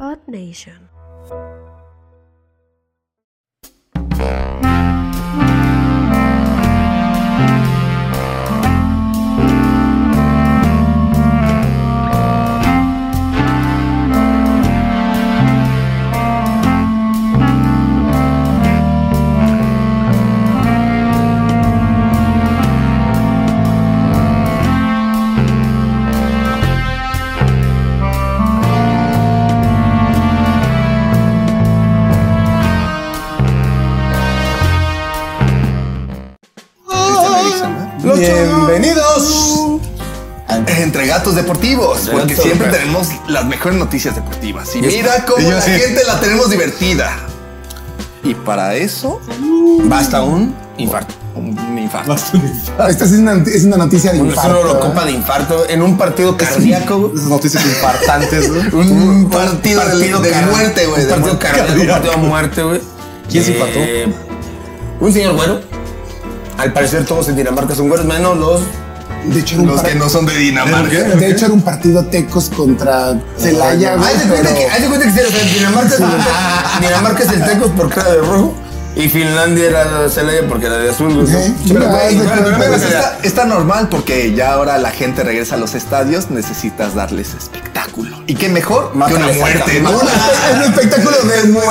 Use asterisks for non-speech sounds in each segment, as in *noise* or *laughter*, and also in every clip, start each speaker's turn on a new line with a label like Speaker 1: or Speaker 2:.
Speaker 1: Earth Nation.
Speaker 2: Bienvenidos entre gatos deportivos,
Speaker 3: Entre
Speaker 2: porque
Speaker 3: Gatos
Speaker 2: siempre
Speaker 3: Deportivos.
Speaker 2: tenemos las mejores noticias deportivas. Y
Speaker 3: Y es-
Speaker 2: mira cómo
Speaker 3: y yo
Speaker 2: la
Speaker 3: así-
Speaker 2: gente la tenemos divertida.
Speaker 3: Y para eso basta un infarto. Un infarto.
Speaker 4: Esta es una, es una noticia de
Speaker 3: Una
Speaker 4: infarto. ¿eh?
Speaker 3: copa de infarto en un partido cardíaco.
Speaker 4: Esas noticias infartantes. ¿no?
Speaker 2: Un, partido, de- de,
Speaker 3: car-
Speaker 2: muerte, güey.
Speaker 3: Un
Speaker 2: de
Speaker 3: partido
Speaker 2: muerte.
Speaker 3: cardíaco, un partido a muerte, güey.
Speaker 4: ¿Quién se infartó?
Speaker 3: Un señor güero. Al parecer todos en Dinamarca son güeros, menos los.
Speaker 4: De hecho, era un
Speaker 2: Los
Speaker 4: par-
Speaker 2: que no son de Dinamarca.
Speaker 4: de hecho, era un partido tecos contra Celaya. güey,
Speaker 3: Haz de
Speaker 4: pero-
Speaker 3: cuenta que, haz de cuenta que sí, o sea, Dinamarca,
Speaker 2: *laughs*
Speaker 3: es, Dinamarca es el tecos porque era de rojo. Y Finlandia era de Celaya porque era de azul. güey.
Speaker 4: Sí,
Speaker 3: Pero,
Speaker 4: haz
Speaker 3: güey,
Speaker 4: de
Speaker 3: pero, pero,
Speaker 4: cuenta.
Speaker 3: pero,
Speaker 2: Pues
Speaker 3: pero,
Speaker 2: está, está normal porque ya ahora la gente regresa a los estadios, necesitas darles espectáculo. ¿Y qué mejor?
Speaker 3: Más
Speaker 2: que una muerte.
Speaker 3: exactamente.
Speaker 2: ¿no?
Speaker 3: *laughs*
Speaker 4: Una- *laughs* es un espectáculo de muerte.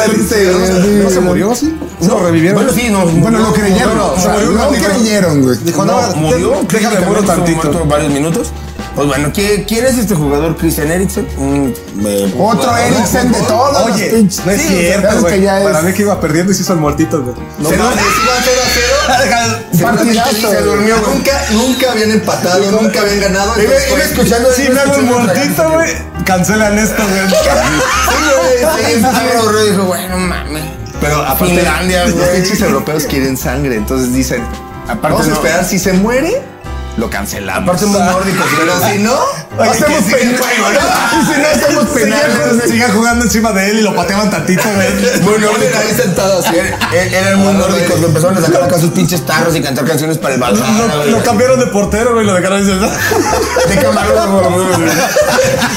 Speaker 4: güey,
Speaker 3: ¿No
Speaker 4: sí.
Speaker 3: se murió,
Speaker 4: sí?
Speaker 3: No, revivieron. Bueno, sí, no.
Speaker 4: Bueno, lo creyeron.
Speaker 3: No, no,
Speaker 4: o sea,
Speaker 3: murió,
Speaker 4: no
Speaker 3: dijo-
Speaker 4: creyeron, güey.
Speaker 3: Dijo, no, murió.
Speaker 4: Déjame
Speaker 3: técnicamente
Speaker 4: muero
Speaker 3: estuvo
Speaker 4: tantito.
Speaker 3: muerto varios minutos. Pues bueno, ¿quién, quién es este jugador? Christian Eriksen. Un, eh,
Speaker 4: Otro
Speaker 3: jugador
Speaker 4: Eriksen de
Speaker 3: fútbol.
Speaker 4: todos los
Speaker 5: Oye,
Speaker 4: pinches.
Speaker 5: no es
Speaker 4: Sí,
Speaker 5: cierto,
Speaker 4: sabes
Speaker 5: güey.
Speaker 4: que ya
Speaker 5: Para
Speaker 4: es-
Speaker 5: mí que iba perdiendo y se hizo el muertito, güey.
Speaker 2: No
Speaker 4: *laughs*
Speaker 2: mames, iba 0 a 0.
Speaker 4: Se partidazo,
Speaker 2: Se durmió,
Speaker 4: güey.
Speaker 2: Nunca, nunca habían empatado, nunca habían ganado.
Speaker 3: Iba-
Speaker 2: entonces
Speaker 3: iba
Speaker 2: fue-
Speaker 3: escuchando-
Speaker 5: Pues, Si
Speaker 3: iba
Speaker 5: me hago el
Speaker 3: escuchando
Speaker 5: muertito,
Speaker 3: fragmentos.
Speaker 5: güey, cancelan esto, güey.
Speaker 2: Sí, güey, sí, sí,
Speaker 3: Sí,
Speaker 2: sí.
Speaker 3: bro, dijo, bueno, mames.
Speaker 2: Pero aparte,
Speaker 3: Finlandia,
Speaker 2: los
Speaker 3: güey.
Speaker 2: pinches europeos quieren sangre, entonces dicen,
Speaker 3: Aparte
Speaker 2: vamos a
Speaker 3: no.
Speaker 2: esperar, si se muere, lo cancelamos.
Speaker 3: Aparte muy nórdicos,
Speaker 2: pero si no,
Speaker 5: Oye,
Speaker 2: hacemos
Speaker 5: que siga el
Speaker 2: penal.
Speaker 5: juego,
Speaker 2: Y si no, hacemos penal.
Speaker 5: Sigan, sigan pues, jugando encima de él y lo pateaban tantito,
Speaker 2: *laughs*
Speaker 5: güey.
Speaker 3: Muy nórdicos. Ahí sentados.
Speaker 2: eh,
Speaker 3: Eran muy nórdicos. Lo empezaron a sacar acá sus pinches tarros y cantar canciones para el Valhalla,
Speaker 5: Lo,
Speaker 3: Ah, güey.
Speaker 5: lo cambiaron de portero, güey, lo dejaron. "Ah,
Speaker 3: De camarógrafo, güey.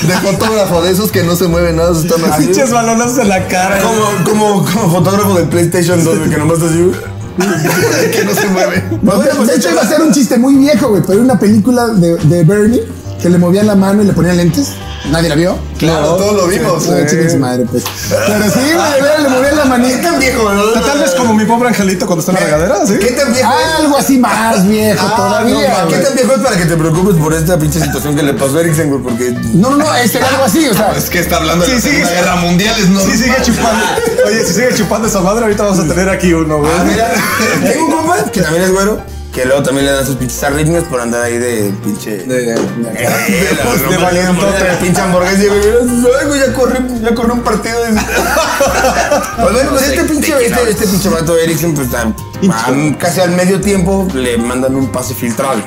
Speaker 2: De fotógrafo, de esos que no se mueven nada, están así. *laughs*
Speaker 5: Pinches balonazos en la cara. güey.
Speaker 3: Como, como, como fotógrafo de PlayStation 2, güey, que nomás está así, güey.
Speaker 2: que no se mueven.
Speaker 4: De hecho, iba a ser un chiste muy viejo, güey, pero era una película de, de Bernie que le movían la mano y le ponían lentes. Nadie la vio.
Speaker 2: Claro, todos lo vimos. eh.
Speaker 4: Ah, chingue su madre, pues. Pero sí, güey, de veras, le movían la manita.
Speaker 3: viejo, ¿no?
Speaker 5: Tal vez como mi pobre angelito cuando está en la regadera, ¿sí?
Speaker 3: ¿Qué tan viejo es?
Speaker 4: Ah, Algo así más viejo todavía.
Speaker 3: Ah, no, ¿Qué
Speaker 4: güey.
Speaker 3: tan viejo es para que te preocupes por esta pinche situación que le pasó a Eriksen, güey? Porque.
Speaker 4: No, no, no, este era algo así, o sea.
Speaker 2: Es que está hablando de
Speaker 5: Sí,
Speaker 2: la Segunda
Speaker 5: sigue-
Speaker 2: Guerra Mundial, es no.
Speaker 5: Si sigue chupando. Oye, si sigue chupando esa madre, ahorita vamos a tener aquí uno, güey.
Speaker 3: Ah, mira, *laughs* tengo un compa que también es güero, que luego también le dan sus pinches arritmias por andar ahí de pinche.
Speaker 2: De-
Speaker 3: *laughs*
Speaker 2: de-
Speaker 3: Eh, la
Speaker 5: Pues, de
Speaker 3: broma,
Speaker 5: valientote.
Speaker 3: la pinche hamburguesa y güey, *laughs* ay, güey, ya corrí, ya corrí un partido. de- pues bueno, pues este pinche, este, este pinche vato Eriksen, pues tan- a- casi al medio tiempo le mandan un pase filtrado.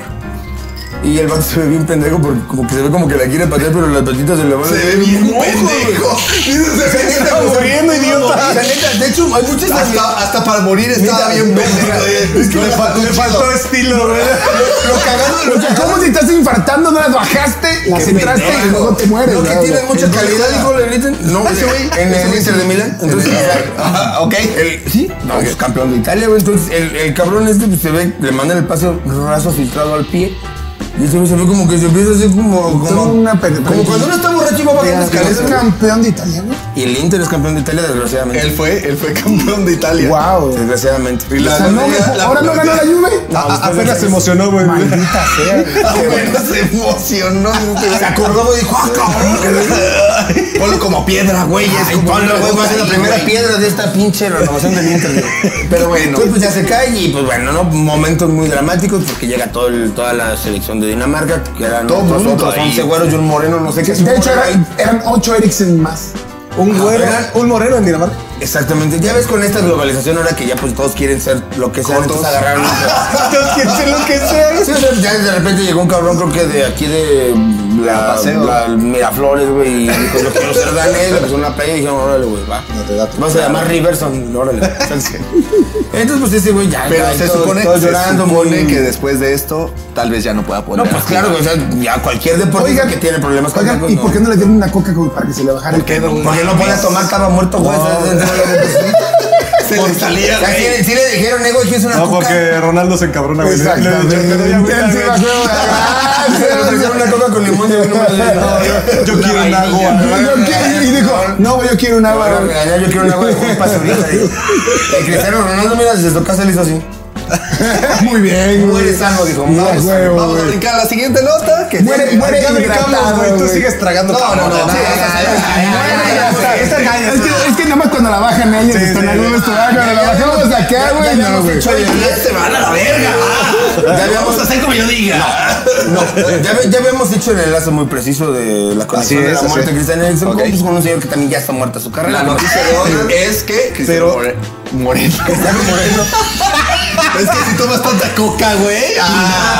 Speaker 3: Y el vato se ve bien pendejo porque como que se ve como que la quiere patear, pero las patitas se le van
Speaker 2: Se ve bien pendejo. Se ve bien
Speaker 5: Está muriendo,
Speaker 3: La
Speaker 5: idiota.
Speaker 3: neta, de hecho, hay muchas
Speaker 2: Hasta, hasta para morir estaba
Speaker 3: Mira,
Speaker 2: bien
Speaker 3: no,
Speaker 2: pendejo.
Speaker 3: mira,
Speaker 2: Es que
Speaker 5: Le faltó, le faltó estilo, güey.
Speaker 2: Lo cagado, lo
Speaker 4: Porque ¿Cómo si estás infartando? No las bajaste, las entraste y
Speaker 3: pendejo.
Speaker 4: luego te mueres.
Speaker 3: Lo que
Speaker 4: güey.
Speaker 3: tienen mucha
Speaker 2: Es
Speaker 3: calidad,
Speaker 2: verdad.
Speaker 3: dijo Leverkusen. No, ese güey, en el Inter de Milán. Entonces,
Speaker 2: Ajá, ok.
Speaker 3: el- sí, no, es campeón de Italia, güey. Entonces, el, el cabrón este pues, se ve, le mandan el pase raso filtrado al pie. Y ese güey se ve como que se empieza a hacer como. Como,
Speaker 4: Tengo una per-
Speaker 3: como cuando uno está borracho y va bajando
Speaker 4: Mira, Es
Speaker 3: escaleras.
Speaker 4: campeón de Italia, güey.
Speaker 3: Y el Inter es campeón de Italia, desgraciadamente.
Speaker 2: Él fue, él fue campeón de Italia.
Speaker 3: Ah,
Speaker 4: Wow.
Speaker 3: Desgraciadamente.
Speaker 2: Y la-
Speaker 4: O sea, no,
Speaker 2: la-
Speaker 4: güey,
Speaker 2: la-
Speaker 4: ahora no ganó la Juve.
Speaker 2: Ah, ah,
Speaker 5: Apenas se emocionó, güey.
Speaker 4: Maldita sea. güey.
Speaker 2: Apenas se emocionó.
Speaker 3: Se acordó, güey, dijo, ¡ah, cabrón!
Speaker 2: *laughs* Ponlo como piedra, güey. Es
Speaker 3: Ay,
Speaker 2: como
Speaker 3: Pablo, güey, va a ser la
Speaker 2: Ahí,
Speaker 3: primera
Speaker 2: güey.
Speaker 3: piedra de esta pinche renovación del Inter. güey. Pero bueno, Entonces, pues ya se cae y pues bueno, ¿no? momentos muy dramáticos porque llega todo el- toda la selección de Dinamarca, que eran
Speaker 2: Todo
Speaker 3: otros,
Speaker 2: mundo
Speaker 3: otros
Speaker 2: ahí.
Speaker 3: 11 güeros y un moreno, no sé qué.
Speaker 4: De hecho, era- eran ocho Eriksen
Speaker 3: *laughs*
Speaker 4: más.
Speaker 5: Un güero,
Speaker 3: ¿verdad?
Speaker 5: Ah, un moreno en Dinamarca.
Speaker 3: Exactamente, ya ves con esta globalización ahora que ya pues todos quieren ser lo que sean,
Speaker 2: Cortos.
Speaker 3: entonces agarraron...
Speaker 2: *laughs*
Speaker 5: Entonces, que sea lo que sea.
Speaker 3: Sí, o sea, ya de repente llegó un cabrón, creo que de aquí de la,
Speaker 2: paseo.
Speaker 3: la Miraflores, güey, y dijo, yo quiero ser Daniel, le puso una playa y dijeron, órale, güey, va.
Speaker 5: No te da tu-
Speaker 3: Vas a llamar Riverson, órale. Entonces, pues ese güey ya.
Speaker 2: Pero
Speaker 3: ya,
Speaker 2: se
Speaker 3: todo-
Speaker 2: supone,
Speaker 3: todo
Speaker 2: se
Speaker 3: llorando,
Speaker 2: supone
Speaker 3: muy-
Speaker 2: que después de esto, tal vez ya no pueda poner.
Speaker 3: No, pues
Speaker 2: así.
Speaker 3: claro, güey, o sea, ya cualquier deportista
Speaker 4: Oigan,
Speaker 3: que tiene problemas con
Speaker 4: Oigan,
Speaker 3: tacos,
Speaker 4: ¿y por qué no le dieron una coca como para que se le bajara el pedo? güey?
Speaker 3: Porque no podía
Speaker 2: *laughs*
Speaker 3: tomar, estaba muerto, güey.
Speaker 2: Se le salía,
Speaker 3: O sea,
Speaker 2: güey.
Speaker 3: sí, sí le dijeron, nego, que es una
Speaker 5: No,
Speaker 3: coca.
Speaker 5: porque Ronaldo se encabrona, güey. Le- le- le- le doy a güey,
Speaker 4: Exactamente.
Speaker 5: güey.
Speaker 3: Ah, sí, le ofrecieron una coca con limón, yo no me la
Speaker 5: Yo- Yo quiero un agua.
Speaker 4: Yo- yo quiero- y dijo, no, güey, yo quiero un agua.
Speaker 3: Bueno,
Speaker 5: *laughs*
Speaker 3: mira, ya yo quiero un agua de Juan Pazurita. digo. El Cristiano Ronaldo, mira, desde su casa le hizo así.
Speaker 4: Muy bien,
Speaker 3: Tú
Speaker 4: güey.
Speaker 3: eres sano, dijo.
Speaker 4: No,
Speaker 3: "Vamos".
Speaker 4: güey,
Speaker 2: Vamos a
Speaker 4: güey.
Speaker 2: brincar a la siguiente nota. Que
Speaker 4: Muere, muere
Speaker 5: Ya brincamos,
Speaker 4: hidratado,
Speaker 5: güey. Tú
Speaker 4: güey.
Speaker 5: sigues tragando.
Speaker 2: No, no, no.
Speaker 5: camote.
Speaker 2: sí, Este
Speaker 5: Sí,
Speaker 2: esa-
Speaker 5: sí,
Speaker 2: esa-
Speaker 5: sí.
Speaker 2: esa-
Speaker 5: Bueno, ya, o sea, esta calle,
Speaker 4: Es que, es que nada más cuando la bajan ellos,
Speaker 5: Sí,
Speaker 4: están
Speaker 5: sí.
Speaker 4: algunos trabajos, la bajamos de acá,
Speaker 3: Ya
Speaker 4: güey. No,
Speaker 3: habíamos
Speaker 4: güey.
Speaker 3: hecho el-
Speaker 2: se van a la verga.
Speaker 3: Ya habíamos-
Speaker 2: hacer como yo diga.
Speaker 3: No, ya, ve- ya habíamos hecho el enlace muy preciso de la conexión
Speaker 5: Así
Speaker 3: de
Speaker 5: es,
Speaker 3: la muerte
Speaker 5: así
Speaker 3: de Cristian Eriksen
Speaker 2: Ok.
Speaker 3: con- pues, con un señor que también ya está muerta su carrera. Eh,
Speaker 2: La noticia de hoy es que Cristiano
Speaker 5: Pero-
Speaker 2: More- Moreno. *laughs*
Speaker 3: Cristiano Moreno.
Speaker 2: Es que si tomas tanta coca, güey.
Speaker 3: Ah,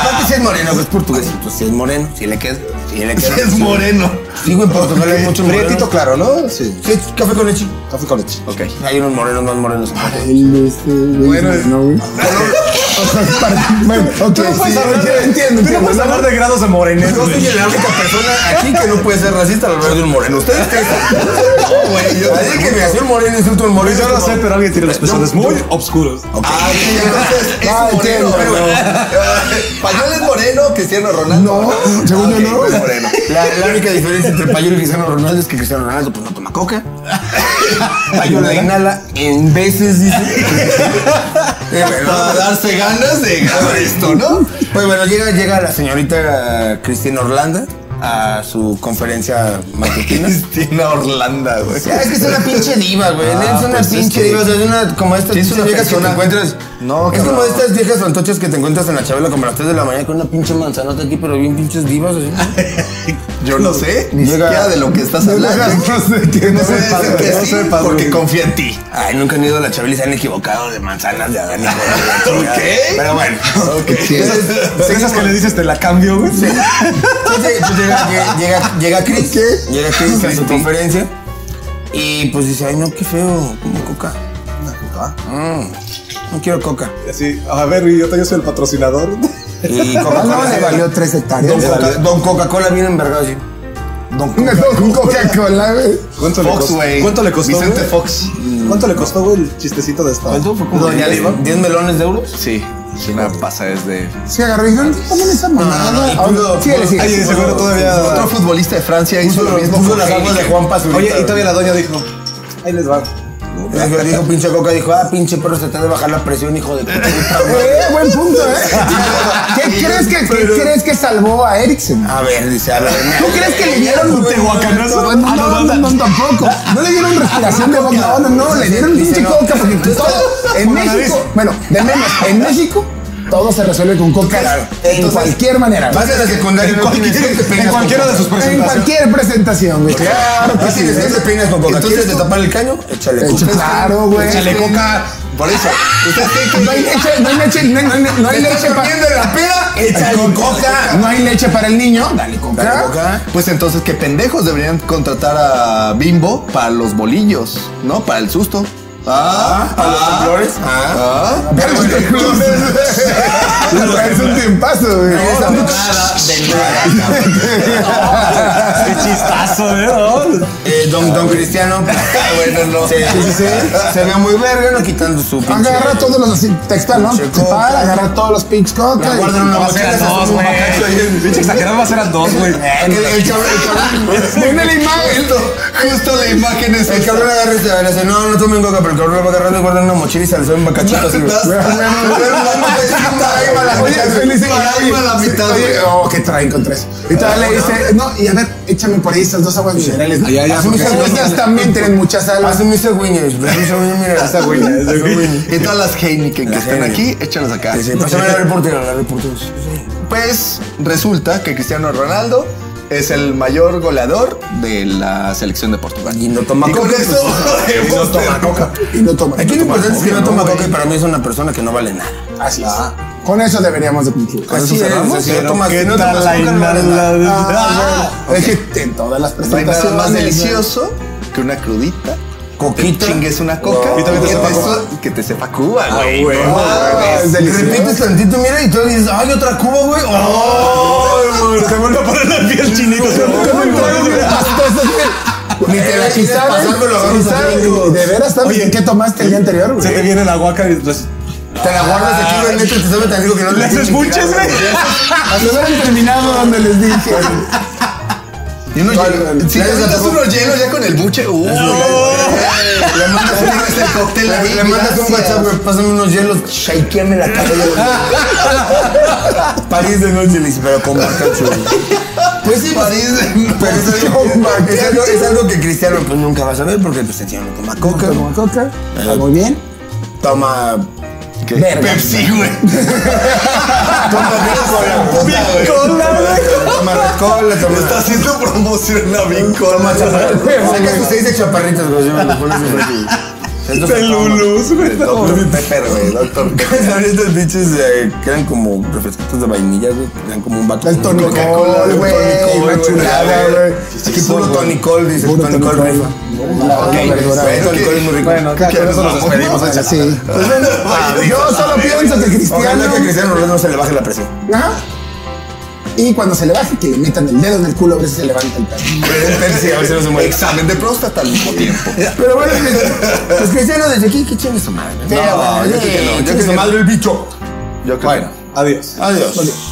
Speaker 2: *laughs*
Speaker 3: aparte si es moreno, pues es portugués. Entonces si es moreno.
Speaker 2: Si le quedas.
Speaker 3: Si le queda.
Speaker 2: Es moreno.
Speaker 3: Sí, güey, en
Speaker 2: Pues
Speaker 3: Portugal hay mucho moreno.
Speaker 5: Prietito claro, ¿no? Sí.
Speaker 3: Sí, café con leche.
Speaker 5: Café con leche.
Speaker 2: Ok.
Speaker 3: Hay unos morenos más morenos.
Speaker 4: El, este, güey,
Speaker 5: Bueno,
Speaker 4: no, güey. O sea, para- bueno, ok,
Speaker 5: Tú no
Speaker 4: sí,
Speaker 5: puedes hablar
Speaker 4: entiendo,
Speaker 5: de-
Speaker 4: entiendo,
Speaker 5: tú no
Speaker 4: entiendo.
Speaker 5: puedes hablar de grados de morenés.
Speaker 3: Yo soy la única persona aquí que no puede ser racista al hablar de un moreno. Ustedes qué? No, güey. Yo Alguien que me hace un moreno insulto a un moreno.
Speaker 5: Yo no sé, pero alguien tiene los pezones muy
Speaker 3: Yo-
Speaker 5: obscuros.
Speaker 2: Ah, sí, entonces *laughs* es
Speaker 4: Ah,
Speaker 2: moreno.
Speaker 4: entiendo.
Speaker 2: pero- Pañal es moreno, Cristiano Ronaldo.
Speaker 4: No, según
Speaker 2: Ah,
Speaker 4: yo
Speaker 2: ok,
Speaker 4: no.
Speaker 2: es moreno.
Speaker 3: La, la única diferencia entre Payol y Cristiano Ronaldo es que Cristiano Ronaldo pues no toma coca. Payol la inhala en veces, dice. Eh,
Speaker 2: Para
Speaker 3: bueno,
Speaker 2: darse ganas de grabar esto, ¿no?
Speaker 3: Pues bueno, llega, llega la señorita Cristina Orlando a su conferencia *laughs* matutina.
Speaker 2: Cristina Orlanda, güey.
Speaker 3: Ya, es que es una pinche diva, güey. Ah, es una
Speaker 2: pues es
Speaker 3: pinche
Speaker 2: que-
Speaker 3: diva. O sea, es una como estas
Speaker 2: Sí, es
Speaker 3: pinches
Speaker 2: una
Speaker 3: viejas
Speaker 2: persona-
Speaker 3: que te encuentras.
Speaker 2: No,
Speaker 3: Es como
Speaker 2: cabrón.
Speaker 3: estas viejas fantochas que te encuentras en la Chabela como a las 3 de la mañana con una pinche manzanota aquí, pero bien pinches divas. así.
Speaker 2: Yo no sé, ni
Speaker 3: Llega-
Speaker 2: siquiera de lo que estás hablando.
Speaker 4: No sé qué, no
Speaker 2: No
Speaker 4: sé.
Speaker 2: puede ser que
Speaker 5: no
Speaker 2: sí,
Speaker 5: sepas,
Speaker 2: porque
Speaker 5: güey.
Speaker 2: confía en ti.
Speaker 3: Ay, nunca han ido a la Chabela y se han equivocado de manzanas de Adán y Eva, *laughs* de la chingada.
Speaker 2: Ok.
Speaker 3: Pero *laughs* bueno.
Speaker 2: Ok.
Speaker 5: De esas que le dices, te la cambio, güey.
Speaker 3: Entonces, pues, llega, llega, llega, llega Chris. Llega Chris a su conferencia. Y pues dice, ay no, qué feo, como coca. Mm, no quiero coca.
Speaker 5: Así, a ver, y yo, yo soy el patrocinador.
Speaker 3: Y
Speaker 4: Ah, no,
Speaker 3: Coca-Cola
Speaker 4: le valió tres
Speaker 3: Don,
Speaker 4: hectáreas.
Speaker 3: Coca- Don Coca-Cola viene envergado así. Don
Speaker 4: Una
Speaker 3: Coca-
Speaker 4: con Coca-Cola, güey.
Speaker 5: ¿Cuánto le
Speaker 2: Fox,
Speaker 5: costó?
Speaker 2: güey.
Speaker 5: ¿Cuánto le costó?
Speaker 2: Vicente
Speaker 5: güey?
Speaker 2: Fox.
Speaker 5: ¿Cuánto le costó, güey, el chistecito de esta?
Speaker 3: ¿Cuánto fue como
Speaker 2: Doña
Speaker 3: 10,
Speaker 2: Diva.
Speaker 3: 10 melones de euros?
Speaker 2: Sí, es una pasa desde.
Speaker 4: Sí, agarró y dijo, no pongan esa
Speaker 3: no, no,
Speaker 4: mamada.
Speaker 3: y
Speaker 4: Ah,
Speaker 3: pudo-
Speaker 4: síguele, síguele.
Speaker 5: Ay, de seguro
Speaker 2: Otro
Speaker 5: todavía.
Speaker 2: futbolista de Francia hizo lo mismo
Speaker 3: puso
Speaker 2: con
Speaker 3: las aguas de
Speaker 2: Heineken.
Speaker 3: Juan Pazurita.
Speaker 5: Oye, y todavía la doña dijo: Ahí les va.
Speaker 3: Dijo, dijo pinche Coca, dijo, ah, pinche perro, se te ha de bajar la presión, hijo de puta.
Speaker 4: Eh, buen punto, ¿eh? ¿Qué crees que, qué crees que salvó a Eriksen?
Speaker 3: A ver, dice, a ver.
Speaker 4: ¿Tú crees que le dieron un
Speaker 5: tehuacanazo?
Speaker 4: No, no, no, no, tampoco. No le dieron respiración de boca. No, no, no, le dieron pinche coca porque todo en
Speaker 5: Por la nariz.
Speaker 4: México, bueno, de menos, en México todo se resuelve con
Speaker 3: Claro.
Speaker 4: coca en
Speaker 3: Entonces,
Speaker 4: cualquier manera.
Speaker 3: Vas a la secundaria y no tienes que te
Speaker 5: En
Speaker 3: peinas con
Speaker 5: cualquiera
Speaker 3: Coca.
Speaker 5: de sus
Speaker 4: En
Speaker 5: presentaciones.
Speaker 4: cualquier presentación, güey. Claro que
Speaker 3: Ah,
Speaker 4: sí.
Speaker 3: tienes que te peinas con coca.
Speaker 2: Entonces,
Speaker 3: ¿Quieres destapar el caño? Échale
Speaker 4: Echa-
Speaker 3: coca.
Speaker 4: Claro, güey.
Speaker 2: Échale coca. Por eso. ¿Usted cree que
Speaker 4: No hay leche, no hay leche, no hay- no hay- no hay leche
Speaker 3: ¿Estás
Speaker 4: para.
Speaker 3: comiendo en la peda? Échale
Speaker 4: Con
Speaker 3: coca.
Speaker 4: No hay leche para el niño. Ah, Dale coca.
Speaker 3: Dale coca.
Speaker 2: Pues entonces, qué pendejos deberían contratar a Bimbo para los bolillos, ¿no? Para el susto. Ah,
Speaker 3: ¿Para los temblores? Ah.
Speaker 2: ah.
Speaker 4: Pero bueno, es un tiempazo, güey.
Speaker 3: Esa mamada de nada. cabrón.
Speaker 5: Qué chistazo, *laughs* ¿eh? ¿No?
Speaker 3: Eh, Don Don Cristiano. Bueno, no. Se se ve muy verga, no quitando su pinche.
Speaker 4: Agarra todos los así, textual, ¿no?
Speaker 3: Pinche
Speaker 4: Se
Speaker 3: coca.
Speaker 4: para, agarra todos los pinches coca.
Speaker 3: La
Speaker 4: y-
Speaker 3: guarda en una
Speaker 5: Eran
Speaker 3: botella. se hace
Speaker 5: dos,
Speaker 3: un
Speaker 5: güey.
Speaker 3: bacacho ahí en-
Speaker 5: Pinche exagerado, más eran dos, *laughs* güey.
Speaker 3: El el cabrón, el cabrón.
Speaker 4: Viene la imagen.
Speaker 2: Justo, justo la imagen es
Speaker 3: El cabrón agarra y se va y le dice, no, no tomen coca, pero el cabrón lo va agarrando y guarda en una mochila y se le sube un bacachito así. güey. *laughs*
Speaker 4: Ahí va la
Speaker 2: Oye,
Speaker 4: mitad,
Speaker 2: se
Speaker 4: güey.
Speaker 2: le dice,
Speaker 4: Oye,
Speaker 2: ahí va la
Speaker 4: sí,
Speaker 2: mitad,
Speaker 4: oye,
Speaker 2: güey.
Speaker 4: oh, ¿qué traen contra eso? Y todavía le dice, no, y a ver, échame por ahí estas dos aguas minerales.
Speaker 5: Ay, ay, ay,
Speaker 4: Las
Speaker 5: porque-
Speaker 4: cervezas también tienen mucha sal.
Speaker 3: Hace mis cigüeñas, hace mis cigüeñas, mira.
Speaker 5: Esa güey, esa güey.
Speaker 2: Y todas las Heineken que
Speaker 3: Las
Speaker 2: están aquí,
Speaker 3: Heineken.
Speaker 2: échalas acá.
Speaker 3: Dice, "Pues, Pásame la reportera, la reportera.
Speaker 2: Pues resulta que Cristiano Ronaldo es el mayor goleador de la selección de Portugal.
Speaker 3: Y no toma
Speaker 2: Y con
Speaker 3: coca,
Speaker 2: eso
Speaker 3: pues,
Speaker 2: hemos
Speaker 3: *laughs* y no toma coca.
Speaker 4: Este, Y no toma.
Speaker 3: Aquí lo importante es que no
Speaker 2: no,
Speaker 3: toma
Speaker 2: güey.
Speaker 3: coca y Ah. Pues, para mí es una persona que no vale nada.
Speaker 4: Así es. Con eso deberíamos de concluir.
Speaker 3: Así
Speaker 4: Así
Speaker 3: es,
Speaker 4: cerramos.
Speaker 3: así es.
Speaker 5: Pero
Speaker 3: Tomás,
Speaker 5: ¿qué
Speaker 3: no
Speaker 5: tal
Speaker 3: tomas
Speaker 5: la
Speaker 3: azúcar,
Speaker 5: inhalada?
Speaker 4: Ah,
Speaker 5: Ah,
Speaker 4: bueno, Es que en todas las
Speaker 2: No hay nada
Speaker 4: presentaciones.
Speaker 2: más delicioso que una crudita.
Speaker 3: Coquita.
Speaker 2: Te chingues una coca.
Speaker 5: Y también te
Speaker 2: que
Speaker 5: sepa
Speaker 2: te
Speaker 5: Cuba.
Speaker 2: so- que te sepa Cuba,
Speaker 5: ah,
Speaker 2: güey.
Speaker 3: güey,
Speaker 2: No
Speaker 3: no
Speaker 2: mames.
Speaker 4: Ah, es delicioso.
Speaker 3: Repites tantito, mira, y tú dices, ay, otra cuba, güey. ¡Ay, güey!
Speaker 5: Se vuelve a poner la piel chinita. se vuelve a poner la
Speaker 3: *laughs*
Speaker 5: piel.
Speaker 4: Ni te la
Speaker 3: Ni
Speaker 4: quitaron.
Speaker 3: pasándolo,
Speaker 4: ni
Speaker 3: vamos a
Speaker 4: saben,
Speaker 3: hacer algo.
Speaker 4: De veras, ¿sabes
Speaker 5: Oye,
Speaker 4: en qué tomaste el día anterior,
Speaker 5: Se te
Speaker 4: güey?
Speaker 5: viene la guaca y las
Speaker 3: Te la guardas aquí, güey, neta, te sabe tan rico que no le
Speaker 5: las
Speaker 3: tienes que
Speaker 5: esbuches,
Speaker 3: tirar,
Speaker 5: *laughs* güey.
Speaker 4: Lo hubieran terminado donde les dije.
Speaker 2: Y uno
Speaker 3: Vale,
Speaker 2: lleno-
Speaker 3: vale.
Speaker 2: Si
Speaker 3: Ya
Speaker 2: te
Speaker 3: se
Speaker 2: metas
Speaker 3: acabó.
Speaker 2: uno lleno ya con el buche. ¡Uh!
Speaker 5: Oh,
Speaker 3: Le mandas *laughs* un-
Speaker 2: Tienes el cóctel
Speaker 3: le-
Speaker 2: ahí,
Speaker 3: le mandas un
Speaker 2: gracias.
Speaker 3: WhatsApp, güey, pásame unos hielos, shakeame la cabeza. güey. *laughs* París de noche, le dice, pero con
Speaker 2: *laughs*
Speaker 3: bacacho. Pues sí,
Speaker 2: París *laughs* de-
Speaker 3: pero es algo, es algo- es algo que Cristiano pues, nunca va a saber porque pues, el señor no toma coca,
Speaker 4: Como coca. está Ah, Muy bien.
Speaker 3: toma
Speaker 4: Verga.
Speaker 2: Pepsi, güey.
Speaker 3: Toma Red Cola, puta, güey. Toma Red Cola, toma.
Speaker 2: Está haciendo promoción a Vincola.
Speaker 3: Saca sus seis de chaparritas, güey. yo me lo pones en aquí.
Speaker 2: *laughs*
Speaker 3: Esto se
Speaker 5: de
Speaker 3: toma.
Speaker 5: Lulus, güey. no.
Speaker 3: Doctor Pepper, güey. *laughs* Doctor Pepper. ¿Sabes estos bichos eh, que eran como refresquitos de vainilla, güey? Que eran como un vato.
Speaker 4: El
Speaker 3: con
Speaker 4: tonicol,
Speaker 3: Coca-Cola,
Speaker 4: güey,
Speaker 3: tonicol,
Speaker 4: una
Speaker 3: güey,
Speaker 4: chulada,
Speaker 3: güey.
Speaker 4: güey.
Speaker 3: Aquí puro tonicol, dice.
Speaker 4: Puro
Speaker 3: Tonicol
Speaker 4: tonicol.
Speaker 3: rifa.
Speaker 4: La
Speaker 3: Ok,
Speaker 4: verdura,
Speaker 3: güey,
Speaker 4: güey.
Speaker 3: el Tonicol es muy rico.
Speaker 5: Bueno, ya con eso nos despedimos.
Speaker 4: Bueno,
Speaker 5: échala.
Speaker 4: sí. Pues bueno, yo solo pienso que Cristiano.
Speaker 3: Ojalá que a Cristiano Ronaldo no se le baje la presión.
Speaker 4: *laughs* Ajá. Y cuando se le baje, que le metan el dedo en el culo, a ver si se levanta el pelo.
Speaker 3: Percy, a ver si no se muere.
Speaker 2: Examen de próstata al mismo tiempo.
Speaker 3: Pero bueno, pues Cristiano desde aquí, que chingue su madre.
Speaker 2: No, yo creo que no, yo creo
Speaker 3: Chingue
Speaker 2: que
Speaker 3: su
Speaker 2: no.
Speaker 3: madre el bicho.
Speaker 2: Yo creo que
Speaker 3: Bueno.
Speaker 2: no.
Speaker 5: Adiós.
Speaker 3: Adiós.